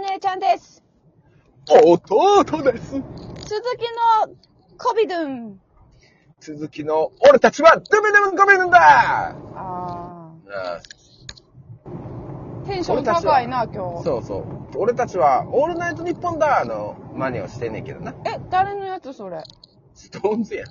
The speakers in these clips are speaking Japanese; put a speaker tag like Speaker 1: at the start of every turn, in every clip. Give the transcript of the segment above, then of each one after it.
Speaker 1: の姉ちゃんです。
Speaker 2: 弟です。
Speaker 1: 鈴木のコビドゥン。
Speaker 2: 続きの、俺たちは、ドメドメゴメドメだ
Speaker 1: あ
Speaker 2: あ
Speaker 1: ー。テンション高いな、今
Speaker 2: ー
Speaker 1: 日。
Speaker 2: そうそう。俺たちは、オールナイトニッポンだの真似をしてんねんけどな。
Speaker 1: え、誰のやつそれ。
Speaker 2: ストーンズやん。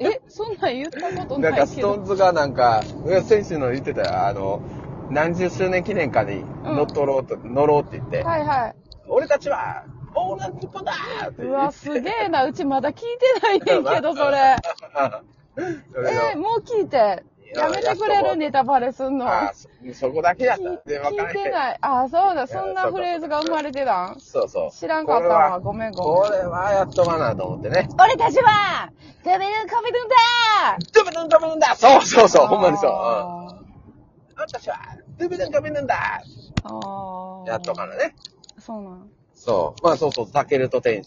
Speaker 1: え、そんなん言ったこと
Speaker 2: なん
Speaker 1: な
Speaker 2: か
Speaker 1: い
Speaker 2: ス
Speaker 1: け
Speaker 2: トー
Speaker 1: ど。
Speaker 2: ンズがなんか、上田選手の言ってた、あの、何十周年記念かに乗っ取ろうと、乗ろうって言って、
Speaker 1: はいはい。
Speaker 2: 俺たちは、オールナイトニッポンだって
Speaker 1: う
Speaker 2: 言って。
Speaker 1: わ、すげえな。うちまだ聞いてないねんけど、それ。
Speaker 2: それの
Speaker 1: えー、もう聞いて。やめてくれるネタバレすんの。
Speaker 2: あーそそこだけやっ
Speaker 1: 聞
Speaker 2: た
Speaker 1: い
Speaker 2: ら全然わ
Speaker 1: 聞
Speaker 2: から
Speaker 1: いて
Speaker 2: へん。
Speaker 1: ない。あ、そうだ。そんなフレーズが生まれてたん
Speaker 2: そうそう。
Speaker 1: 知らんかった
Speaker 2: これは
Speaker 1: わ。ごめんごめん
Speaker 2: こ。れはやっとかなと思ってね。
Speaker 1: 俺たちは、ドゥビルコビドゥンだ
Speaker 2: ドゥブドゥンドゥブドゥンだそうそうそう、
Speaker 1: あー
Speaker 2: ほんまにそう。うん。私は、ドゥブドゥンドゥブドゥンだ
Speaker 1: ああ。
Speaker 2: やっとかなね。
Speaker 1: そうなん。
Speaker 2: そう。まあそうそう、タケルと天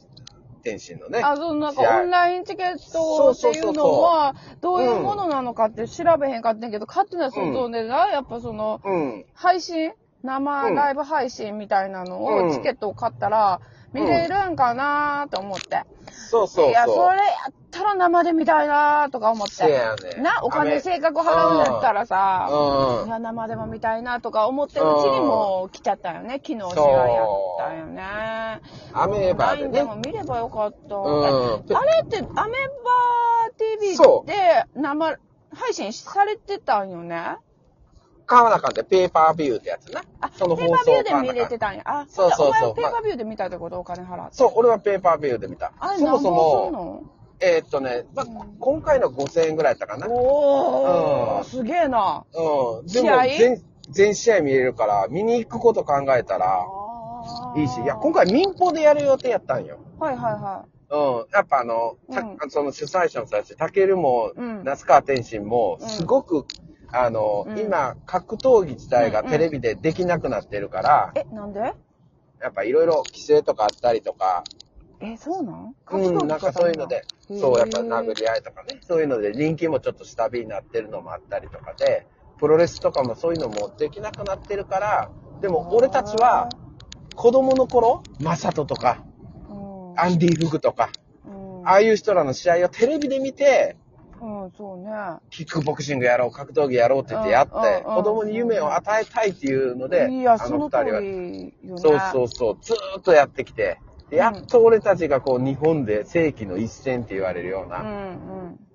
Speaker 2: 天心のね。
Speaker 1: あ、そう、なんか
Speaker 2: 試合
Speaker 1: オンラインチケッ
Speaker 2: そ
Speaker 1: ト
Speaker 2: う
Speaker 1: って
Speaker 2: そう
Speaker 1: い
Speaker 2: そうそう
Speaker 1: うのは、どういうものなのかって調べへんかったんやけど、勝手な想像でな、やっぱその、
Speaker 2: うん。
Speaker 1: 配信生
Speaker 2: うん
Speaker 1: ライブ配信みたいなの
Speaker 2: う
Speaker 1: を、
Speaker 2: ん
Speaker 1: チケットを買ったら、見れるんかなーと思って。
Speaker 2: そうそうそう。
Speaker 1: いや、それやったら生で見たいなーとか思っ
Speaker 2: せ
Speaker 1: て。
Speaker 2: やねん。
Speaker 1: な、お金
Speaker 2: せ
Speaker 1: 性格払うんだったらさ、
Speaker 2: うん
Speaker 1: い。や、生でも見たいなとか思ってるうちにもう来ちゃったよね。昨日試合やったよね。
Speaker 2: 雨エヴ
Speaker 1: ラ
Speaker 2: ァ
Speaker 1: イ
Speaker 2: で
Speaker 1: ンで
Speaker 2: ね。
Speaker 1: も見ればよかった。
Speaker 2: うん
Speaker 1: あれって、アメーバー TV
Speaker 2: そう
Speaker 1: で生配信されてたんよね。
Speaker 2: 買わなあかんで、ペーパービューってやつな。
Speaker 1: あ、ペ
Speaker 2: その
Speaker 1: ー
Speaker 2: 放
Speaker 1: パー
Speaker 2: 送
Speaker 1: ビューで見れて
Speaker 2: た。
Speaker 1: たんや。あ、
Speaker 2: そうそうそう
Speaker 1: お前はペーパービューで見たってことお金払って。
Speaker 2: そう、俺はペーパービューで見た。
Speaker 1: あれ、
Speaker 2: そも
Speaker 1: 何
Speaker 2: そ
Speaker 1: 本すん
Speaker 2: も、
Speaker 1: の
Speaker 2: えーっとね、まあ、今回の5000円ぐらいやったかな。
Speaker 1: お
Speaker 2: う
Speaker 1: ー、
Speaker 2: ん
Speaker 1: すげえな。
Speaker 2: うん。で
Speaker 1: 試
Speaker 2: も
Speaker 1: 合
Speaker 2: 全、全試合見れるから、見に行くこと考えたらいいし、いや、今
Speaker 1: 回。
Speaker 2: 回民放でやる予定やったんよ。
Speaker 1: はいはいは
Speaker 2: うん。やっぱあの、た
Speaker 1: うん
Speaker 2: その主催者の人たち、たけるも、
Speaker 1: うん
Speaker 2: 那須川天心も、
Speaker 1: うん
Speaker 2: すごく、あの、
Speaker 1: うん
Speaker 2: 今、格闘技自体が
Speaker 1: うんうん
Speaker 2: テレビでできなくなってるから、
Speaker 1: い。え、なんで
Speaker 2: やっぱいろいろ規制とかあったりとか、
Speaker 1: え、そうなん
Speaker 2: うん、なんかそういうの。で、
Speaker 1: へー
Speaker 2: そう、やっぱ殴り合いとかね、そういうので人気もちょっと下火になってるのもあったりとかで、プロレスとかもそういうのもできなくなってるから、でも俺たちは子供の頃、マサトとか、
Speaker 1: うん、
Speaker 2: アンディ・フグとか、
Speaker 1: うん
Speaker 2: ああいう人らの試合をテレビで見て、
Speaker 1: うん、そうね。
Speaker 2: キックボクシングやろう、格闘技やろうって言ってやっ
Speaker 1: うんうんうん
Speaker 2: て、子供に夢を与えたいっていうので、
Speaker 1: いや、
Speaker 2: あ
Speaker 1: その
Speaker 2: の二
Speaker 1: 通
Speaker 2: 人は
Speaker 1: りよね。
Speaker 2: そうそうそう、ずーっとやってきて、でやっと俺たちがこう日本で世紀の一戦って言われるような、
Speaker 1: うん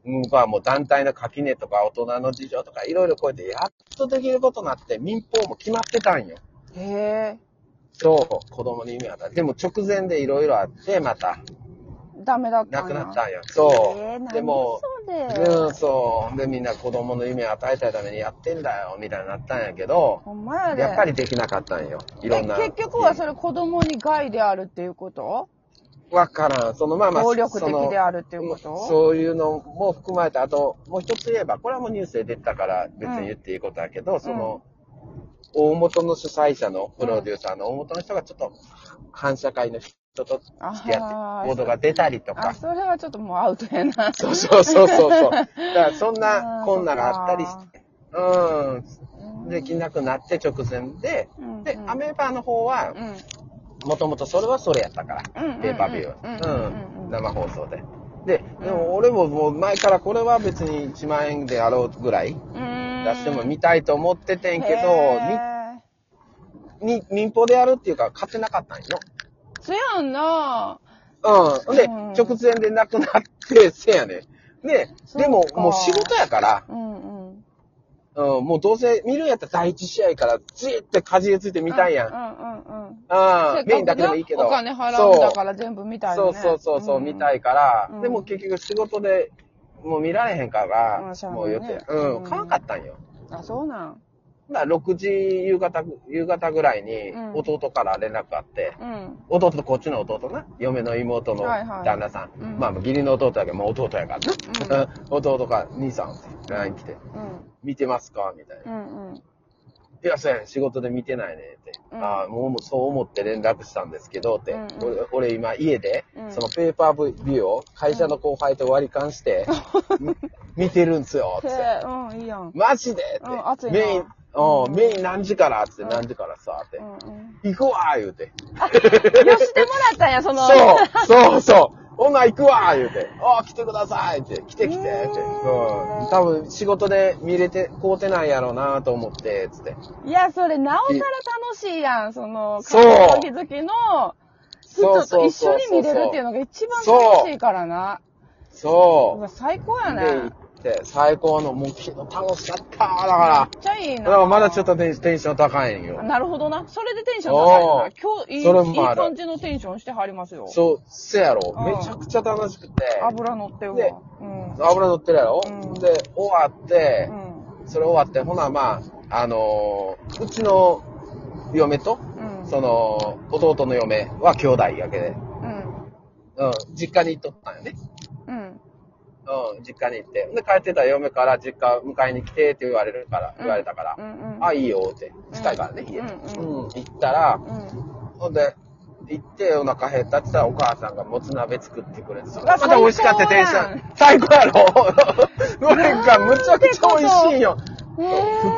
Speaker 1: うん。
Speaker 2: うんまあもう団体の垣根とか大人の事情とかいろいろこうやってやっとできることになって民放も決まってたんよ。
Speaker 1: へえ。
Speaker 2: そう、子供に夢を与えて。でも直前でいろいろあって、また、
Speaker 1: ダメだった
Speaker 2: 亡
Speaker 1: ん
Speaker 2: く
Speaker 1: や
Speaker 2: なったんよ。
Speaker 1: え
Speaker 2: そ
Speaker 1: ー、
Speaker 2: う。でも、
Speaker 1: なんでそれ
Speaker 2: うん、そう。で、みんな子供の夢を与えたいためにやってんだよ、みたいになったんやけど、
Speaker 1: ほんまやで。
Speaker 2: やっぱりできなかったんよ。い
Speaker 1: え
Speaker 2: ろんな。
Speaker 1: 結局はそれ子供に害であるっていうこと
Speaker 2: わからん。そのまあまあ、
Speaker 1: 暴力
Speaker 2: そ
Speaker 1: 的
Speaker 2: の
Speaker 1: であるっていうこと
Speaker 2: そういうのも含まれて、あと、もう一つ言えば、これはもうニュースで出てたから別に言っていいことだけど、その、大元の主催者のプロデューサーの大元の人がちょっと反社会の人と付き
Speaker 1: あ
Speaker 2: 合
Speaker 1: ー
Speaker 2: って、ボードが出たりと
Speaker 1: あ、
Speaker 2: か。
Speaker 1: それはちょっともうアウトやな。
Speaker 2: そうそうそうそうそう。だからそん
Speaker 1: あ
Speaker 2: な
Speaker 1: ー
Speaker 2: こんながあったりして、うん、でき
Speaker 1: い。
Speaker 2: なくなって直前で、
Speaker 1: うん
Speaker 2: で
Speaker 1: う、ん
Speaker 2: アメーバーの方は
Speaker 1: う、ん。
Speaker 2: もともとそれはそれやったから。
Speaker 1: うんうんうん
Speaker 2: ペーパービュ
Speaker 1: うんうん
Speaker 2: ー
Speaker 1: うん
Speaker 2: うん。生放送で。で、でも俺ももう前からこれは別に1万円であろうぐらい出
Speaker 1: 出
Speaker 2: しても見たいと思っててんけど、
Speaker 1: ど、
Speaker 2: みに民放でやるっていうから買ってなかったんよ。
Speaker 1: そやんな。
Speaker 2: うん。で、
Speaker 1: うん
Speaker 2: 直前でなくなって、せやねん。で、でも
Speaker 1: そっか
Speaker 2: もう仕事やから、
Speaker 1: うんうん。
Speaker 2: うん、もうどうせ見るんやったら第一試合からじーってかじりついて見たいやん。
Speaker 1: う
Speaker 2: うん
Speaker 1: うんうんうん。
Speaker 2: メインだけでもいいけど。
Speaker 1: お金払うんだから全部見たい
Speaker 2: そ
Speaker 1: よ
Speaker 2: う
Speaker 1: ね。
Speaker 2: そうそうそう、見た
Speaker 1: い。
Speaker 2: いから、
Speaker 1: うん
Speaker 2: でも結局仕事でもう見られへんか
Speaker 1: ま
Speaker 2: ら
Speaker 1: あしゃ、あ
Speaker 2: も
Speaker 1: な
Speaker 2: う
Speaker 1: いね
Speaker 2: 予定、う
Speaker 1: うん
Speaker 2: ん、買わんかったんよ。
Speaker 1: あ、そうなん。
Speaker 2: だから6時夕方、夕方ぐらいに
Speaker 1: うん
Speaker 2: 弟から連絡あって、
Speaker 1: うん。
Speaker 2: 弟、こっちの弟な、嫁の妹の
Speaker 1: はいはい
Speaker 2: 旦那さん、
Speaker 1: うん
Speaker 2: まあ義理の弟やけど、もう弟やからな、弟から、兄さん、LINE 来て、
Speaker 1: うん。
Speaker 2: 見てますかみたいな。
Speaker 1: うんうん。
Speaker 2: いや、そうやねん仕事で見てないねって。
Speaker 1: うん
Speaker 2: ああ、もうそう思って連絡したんですけどって。
Speaker 1: うんうん
Speaker 2: 俺俺今家で、
Speaker 1: うん
Speaker 2: そのペーパービューを会社の後輩と割り勘して、み見てるんすよ。つっ
Speaker 1: へ
Speaker 2: て
Speaker 1: え、うん、いいやん。
Speaker 2: マジでって、
Speaker 1: うん熱いな
Speaker 2: メイン、うん、メイン何時からっつって、何時からさ、って
Speaker 1: う。んうん
Speaker 2: 行くわ言うて。
Speaker 1: よしてもらったんや、その。
Speaker 2: そう、そうそう。ほな、行くわ言うて。あ来てくださいって。来て来てって。
Speaker 1: う
Speaker 2: うんん。多分、仕事で見れて、こうてないやろうなと思って、つって。
Speaker 1: いや、それ、なおさら楽しいやん、その、
Speaker 2: そう
Speaker 1: の時々の、
Speaker 2: そう
Speaker 1: 人と
Speaker 2: そう
Speaker 1: 一緒
Speaker 2: そうそう
Speaker 1: に見れるっていうのが一番楽しいからな。う
Speaker 2: そ
Speaker 1: わ、最高や
Speaker 2: う。
Speaker 1: ね
Speaker 2: で、。行って、最高の、もう昨日楽しかっただか
Speaker 1: めっちゃいい
Speaker 2: ら。
Speaker 1: な。
Speaker 2: だからまだちょっとテンテンション高いんよ。
Speaker 1: なるほどな。それでテンション高いな。今日いい、
Speaker 2: それも
Speaker 1: い
Speaker 2: あ
Speaker 1: い
Speaker 2: る
Speaker 1: 感じのテンションしてはりますよ。
Speaker 2: そう、せやろ
Speaker 1: うん。
Speaker 2: めちゃくちゃ楽しくて。
Speaker 1: 油乗ってる
Speaker 2: で
Speaker 1: わ。うん。
Speaker 2: 油乗ってるやろ、
Speaker 1: うん
Speaker 2: で、終わって、
Speaker 1: う
Speaker 2: それ終わって、ほな、まあ、あのーうちの嫁と、
Speaker 1: ん。うん。
Speaker 2: その、弟の嫁は兄弟やけで、
Speaker 1: うん。
Speaker 2: うん、実家に行っとったんよね。
Speaker 1: うん。
Speaker 2: うん、実家に行って。で、帰ってた嫁から実家迎えに来てって言われるから、言われたから、
Speaker 1: うん。うん。
Speaker 2: あ、いいよって、近いからね、家、
Speaker 1: う
Speaker 2: うんん
Speaker 1: う、
Speaker 2: 行ったら、
Speaker 1: うん。
Speaker 2: ほんで、行ってお腹減ったって言ったらお母さんがもつ鍋作ってくれて、それ
Speaker 1: わ
Speaker 2: また美味しかったテンション。最高やろこれがむちゃくちゃ美味しいよ。
Speaker 1: えー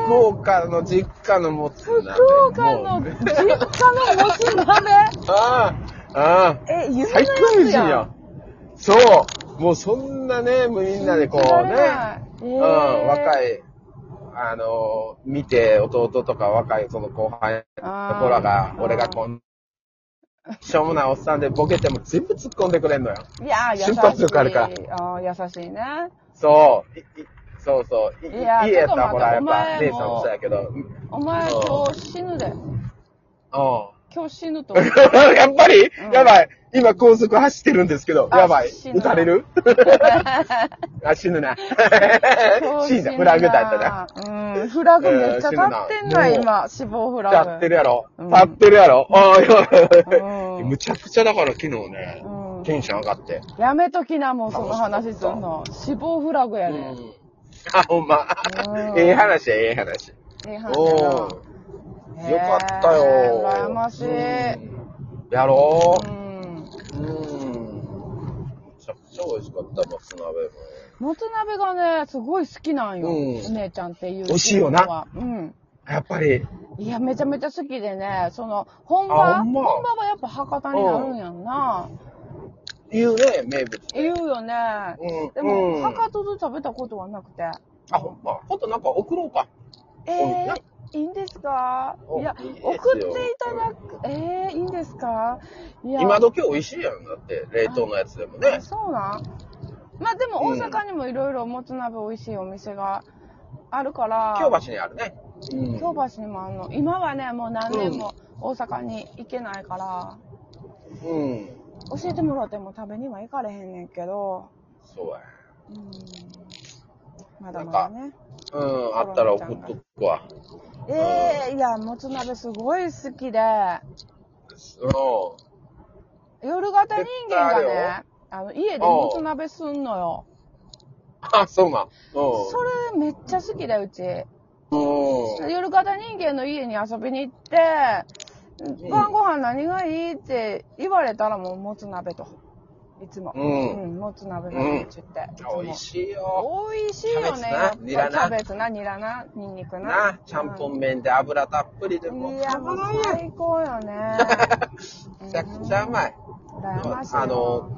Speaker 2: 福岡の実家のもつ鍋。
Speaker 1: 福岡の
Speaker 2: もう
Speaker 1: 実家のもつ鍋
Speaker 2: ああ、ああ。
Speaker 1: え、夢のやつやん。
Speaker 2: 最高美味しいよ。そう。もうそんなね、もうみんなでこう
Speaker 1: 信じら
Speaker 2: ね、
Speaker 1: れない
Speaker 2: うん、
Speaker 1: へー
Speaker 2: 若い、あのー、見て、弟とか若いその後輩の子ら
Speaker 1: あ
Speaker 2: が、
Speaker 1: ー
Speaker 2: 俺がこん、しょうもないおっさんでボケても全部突っ込んでくれんのよ。
Speaker 1: いやー、優しい。
Speaker 2: 瞬発力あるから
Speaker 1: あー優しいね。
Speaker 2: そう。いいそうそう。い
Speaker 1: いやー
Speaker 2: 家やったらほら、
Speaker 1: ちょ
Speaker 2: や
Speaker 1: っ
Speaker 2: っ
Speaker 1: と待
Speaker 2: ぱ、
Speaker 1: って
Speaker 2: 姉さんもそうやけど、うん。
Speaker 1: お前、
Speaker 2: うん
Speaker 1: 今日死ぬで。今日死ぬと思う。
Speaker 2: うん やっぱり、
Speaker 1: うん
Speaker 2: やばい。今高速走ってるんですけど、
Speaker 1: あ
Speaker 2: やばい
Speaker 1: 死。ぬ
Speaker 2: 撃たれる あ、死ぬ な。死んだ。フラグだったな。
Speaker 1: ったな。うん。フラグめっちゃ立ってんな、
Speaker 2: えー死ぬ
Speaker 1: 今。死亡フ
Speaker 2: 立
Speaker 1: ラ
Speaker 2: っ
Speaker 1: グ
Speaker 2: て。るやろ
Speaker 1: うん
Speaker 2: 立ってるやろああ、やば
Speaker 1: う
Speaker 2: い。
Speaker 1: ん
Speaker 2: むちゃくちゃだから昨日ね
Speaker 1: う、ん
Speaker 2: テンション上がって。
Speaker 1: やめときな、もうその話すんの。死亡フラグや
Speaker 2: う
Speaker 1: で。
Speaker 2: ん あ、ほんま
Speaker 1: う。ん
Speaker 2: ええ話や、ええ話。
Speaker 1: ええ話やな
Speaker 2: おーよかった
Speaker 1: へー
Speaker 2: よ。
Speaker 1: 羨ましい。
Speaker 2: うんやろう
Speaker 1: うん。
Speaker 2: うん。めちゃくちゃ美味しかった、もつ鍋も。
Speaker 1: もつ鍋がね、すごい好きなんよ。
Speaker 2: うん
Speaker 1: お姉ちゃんっていう。
Speaker 2: 美味しいよな。
Speaker 1: うん。
Speaker 2: やっぱり、
Speaker 1: いや、めちゃめちゃ好きでね、その、本
Speaker 2: あ
Speaker 1: 場、
Speaker 2: ほんま
Speaker 1: 本場はやっぱ博多になるんやんな。
Speaker 2: 言うね、名物。
Speaker 1: 言うよね。
Speaker 2: うん。
Speaker 1: でも、
Speaker 2: うん
Speaker 1: 博多で食べたことはなくて。
Speaker 2: あ、ほんま。ほんとなんか送ろうか。
Speaker 1: え
Speaker 2: うん
Speaker 1: ー、いいんですか
Speaker 2: お
Speaker 1: いや
Speaker 2: いいで、すよ
Speaker 1: 送っていただく、えー、いいんですかいや、
Speaker 2: 今時美味しいやん。だって、冷凍のやつでもね
Speaker 1: あ。そうなんまあでも大阪にもいろいろもつ鍋美味しいお店があるから、
Speaker 2: 京橋にあるね。うん
Speaker 1: 京橋にもあんの。今はね、もう何年も大阪に行けないから、
Speaker 2: うん。
Speaker 1: 教えてもらっても食べには行かれへんねんけど、
Speaker 2: そうや。
Speaker 1: うんまだまだね。
Speaker 2: うん、あったら送っとくわ。
Speaker 1: ええいや、もつ鍋すごい好きで、
Speaker 2: そ
Speaker 1: 夜型人間が
Speaker 2: 絶対
Speaker 1: ね、あ
Speaker 2: あ
Speaker 1: の、家でもつ鍋すんのよ。
Speaker 2: うん。あ、そうなん。
Speaker 1: それめっちゃ好きだよ、うち。
Speaker 2: うん。
Speaker 1: 夜型人間の家に遊びに行って、
Speaker 2: うん
Speaker 1: 晩ご飯何がいいって言われたらもうもつ鍋と。いつも。
Speaker 2: うん
Speaker 1: んもつ鍋がいいって言って。いつも
Speaker 2: 美味しいよ。
Speaker 1: 美味しいよね。やっぱり
Speaker 2: キャベツなニラな
Speaker 1: キャベツな、ニラな、ニンニクな。
Speaker 2: な、ちゃんぽん麺で油たっぷりで
Speaker 1: うん
Speaker 2: もう。
Speaker 1: いや、もう最高よね。
Speaker 2: めちゃくちゃうまい。
Speaker 1: 羨ましい。
Speaker 2: あの、うん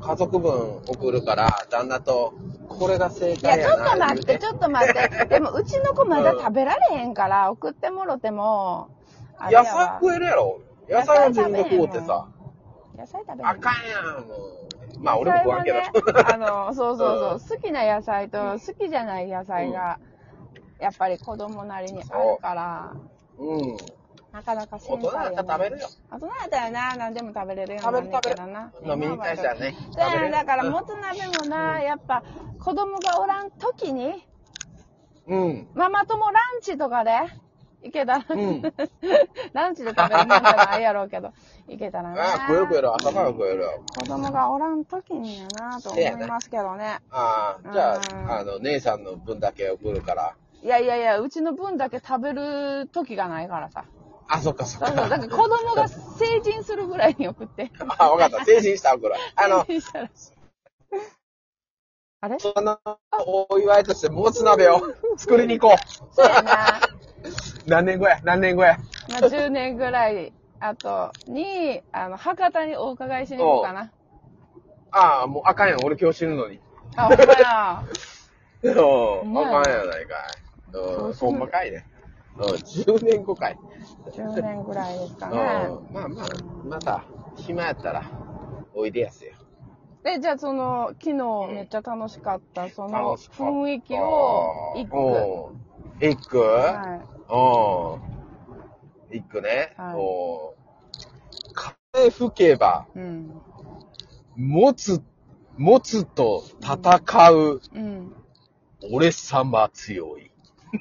Speaker 2: 家族分送るから、旦那と、これが正
Speaker 1: いや、
Speaker 2: 解
Speaker 1: ち
Speaker 2: や
Speaker 1: ょっ
Speaker 2: な。
Speaker 1: と待って、ち
Speaker 2: ょっ
Speaker 1: ょっと待って。でも、うちの子まだ食べられへんから、送ってもろても、あれや
Speaker 2: 野菜
Speaker 1: わ
Speaker 2: 食えるやろ。野菜は自分で食うてさ。
Speaker 1: 野菜食べへん
Speaker 2: あかんやん。もうまあ、俺も食わんけど。
Speaker 1: 野菜 はね、あの、そうそうそう、好きな野菜と好きじゃない野菜が、やっぱり子供なりにあるから、
Speaker 2: うん。
Speaker 1: なかなか
Speaker 2: 大
Speaker 1: 心
Speaker 2: 人だ
Speaker 1: 配
Speaker 2: ったら食べるよ。
Speaker 1: 大人だったらな、何でも食べれるようにな
Speaker 2: 食べ
Speaker 1: る
Speaker 2: る
Speaker 1: んだけ
Speaker 2: 食べる
Speaker 1: どな。。
Speaker 2: 飲みに対してはね。
Speaker 1: そうや
Speaker 2: 食べ
Speaker 1: ね
Speaker 2: る
Speaker 1: だから、
Speaker 2: うん
Speaker 1: もつ鍋もな、やっぱ、子供がおらん時に、
Speaker 2: うん。
Speaker 1: ママ友ランチとかで、行けたら、
Speaker 2: うん。
Speaker 1: ランチで食べるもんじゃないやろうけど、行けたら
Speaker 2: ああ、
Speaker 1: な。
Speaker 2: 食える食える。朝から食えるよ。
Speaker 1: 子供がおらん時にやなと思いますけどね。
Speaker 2: ああ、じゃ
Speaker 1: うん
Speaker 2: あ、あの、姉さんの分だけ送るから。
Speaker 1: いやいやいや、うちの分だけ食べる時がないからさ。
Speaker 2: あ、そっかそっ
Speaker 1: だ
Speaker 2: か。
Speaker 1: からだか ら子供が成人するぐらいに送って。
Speaker 2: あ、わかった。成人した送る。あの
Speaker 1: 成、人したら あれ
Speaker 2: そのお祝いとして、もつ鍋 を作りに行こ
Speaker 1: そうやな。
Speaker 2: う。何年後や、何年後や。
Speaker 1: まあ、10年ぐらい後に、あの、博多にお伺いしに行こうかな。
Speaker 2: ああ、もうあかんやん、俺今日死ぬのに。
Speaker 1: あ、ほんまや。
Speaker 2: う
Speaker 1: ほん
Speaker 2: ん、
Speaker 1: まや
Speaker 2: あかんやないかい。
Speaker 1: ど
Speaker 2: うん、
Speaker 1: うする
Speaker 2: ほんまかいね。うん、10年後かい。
Speaker 1: 10年ぐらいですかね。
Speaker 2: うん、まあまあ、また、暇やったら、おいでやすよ。
Speaker 1: で、じゃあその、昨日めっちゃ楽しかった、その
Speaker 2: 楽しかった
Speaker 1: 雰囲気を、一句。
Speaker 2: うん一句
Speaker 1: は
Speaker 2: うん。一句ね。
Speaker 1: はい
Speaker 2: お風吹けば、
Speaker 1: い。うん。
Speaker 2: 持つ、持つと戦う、
Speaker 1: うん。
Speaker 2: 俺様強い。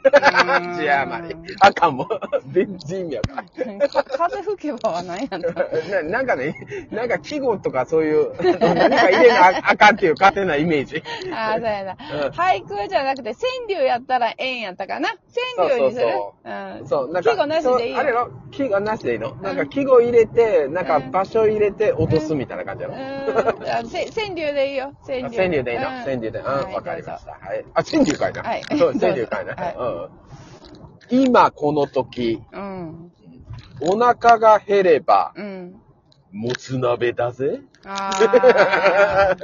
Speaker 1: ーん
Speaker 2: 字余り。あかんもん。全然意味わからん。
Speaker 1: か 風吹けばは何やな。
Speaker 2: ななんかね、なんか季語とかそういう、何か入れなあかんっていう勝手なイメージ。
Speaker 1: ああ、そうやな
Speaker 2: うん。
Speaker 1: 俳句じゃなくて、川柳やったらええんやったかな。川柳にする
Speaker 2: そうそう
Speaker 1: うん。
Speaker 2: そう、なんか、
Speaker 1: 季語なしでいい
Speaker 2: そう
Speaker 1: よ
Speaker 2: あれの、季語なしでいいのなんか、季語入れて、なんか、場所入れて、落とすみたいな感じや
Speaker 1: う
Speaker 2: ろ、
Speaker 1: ーんあせ川柳でいいよ。川
Speaker 2: あ
Speaker 1: 柳。
Speaker 2: 川柳でいいの
Speaker 1: うん
Speaker 2: 川柳で。うん、
Speaker 1: はい
Speaker 2: わかりました。はい。あ、川柳かいな。
Speaker 1: はい
Speaker 2: そう、川柳かいな。
Speaker 1: どうぞ
Speaker 2: うん。今この時、
Speaker 1: うん。
Speaker 2: お腹が減れば、
Speaker 1: うん。
Speaker 2: もつ鍋だぜ。
Speaker 1: ああ。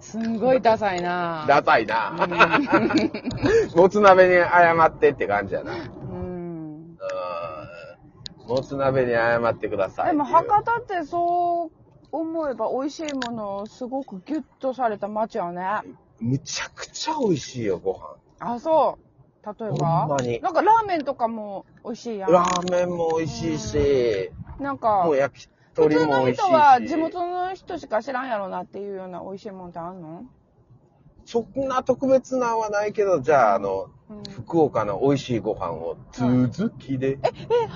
Speaker 1: すんごいダサいな。
Speaker 2: ダサいな。 もつ鍋に謝ってって感じやな。うん。
Speaker 1: うん。
Speaker 2: もつ鍋に謝ってくださいっ
Speaker 1: で
Speaker 2: ていう。
Speaker 1: も博多ってそう思えば美味しいものをすごくギュッとされた街やね。
Speaker 2: むちゃくちゃ美味しいよ、ご飯。
Speaker 1: あ、そう。例えば
Speaker 2: ほんまに
Speaker 1: なんかラーメンとかも美味しいや
Speaker 2: ラ
Speaker 1: ん。
Speaker 2: ーメンも美味しいし、
Speaker 1: なんか
Speaker 2: もう、焼き
Speaker 1: 普
Speaker 2: 鳥
Speaker 1: 通
Speaker 2: も
Speaker 1: の
Speaker 2: 美味しいし。
Speaker 1: 人は地元の人しか知らんやろなっていうような美味しいもんってあんの
Speaker 2: そんな特別なんはないけど、じゃあ、あの、
Speaker 1: うん
Speaker 2: 福岡の美味しいご飯を続きで。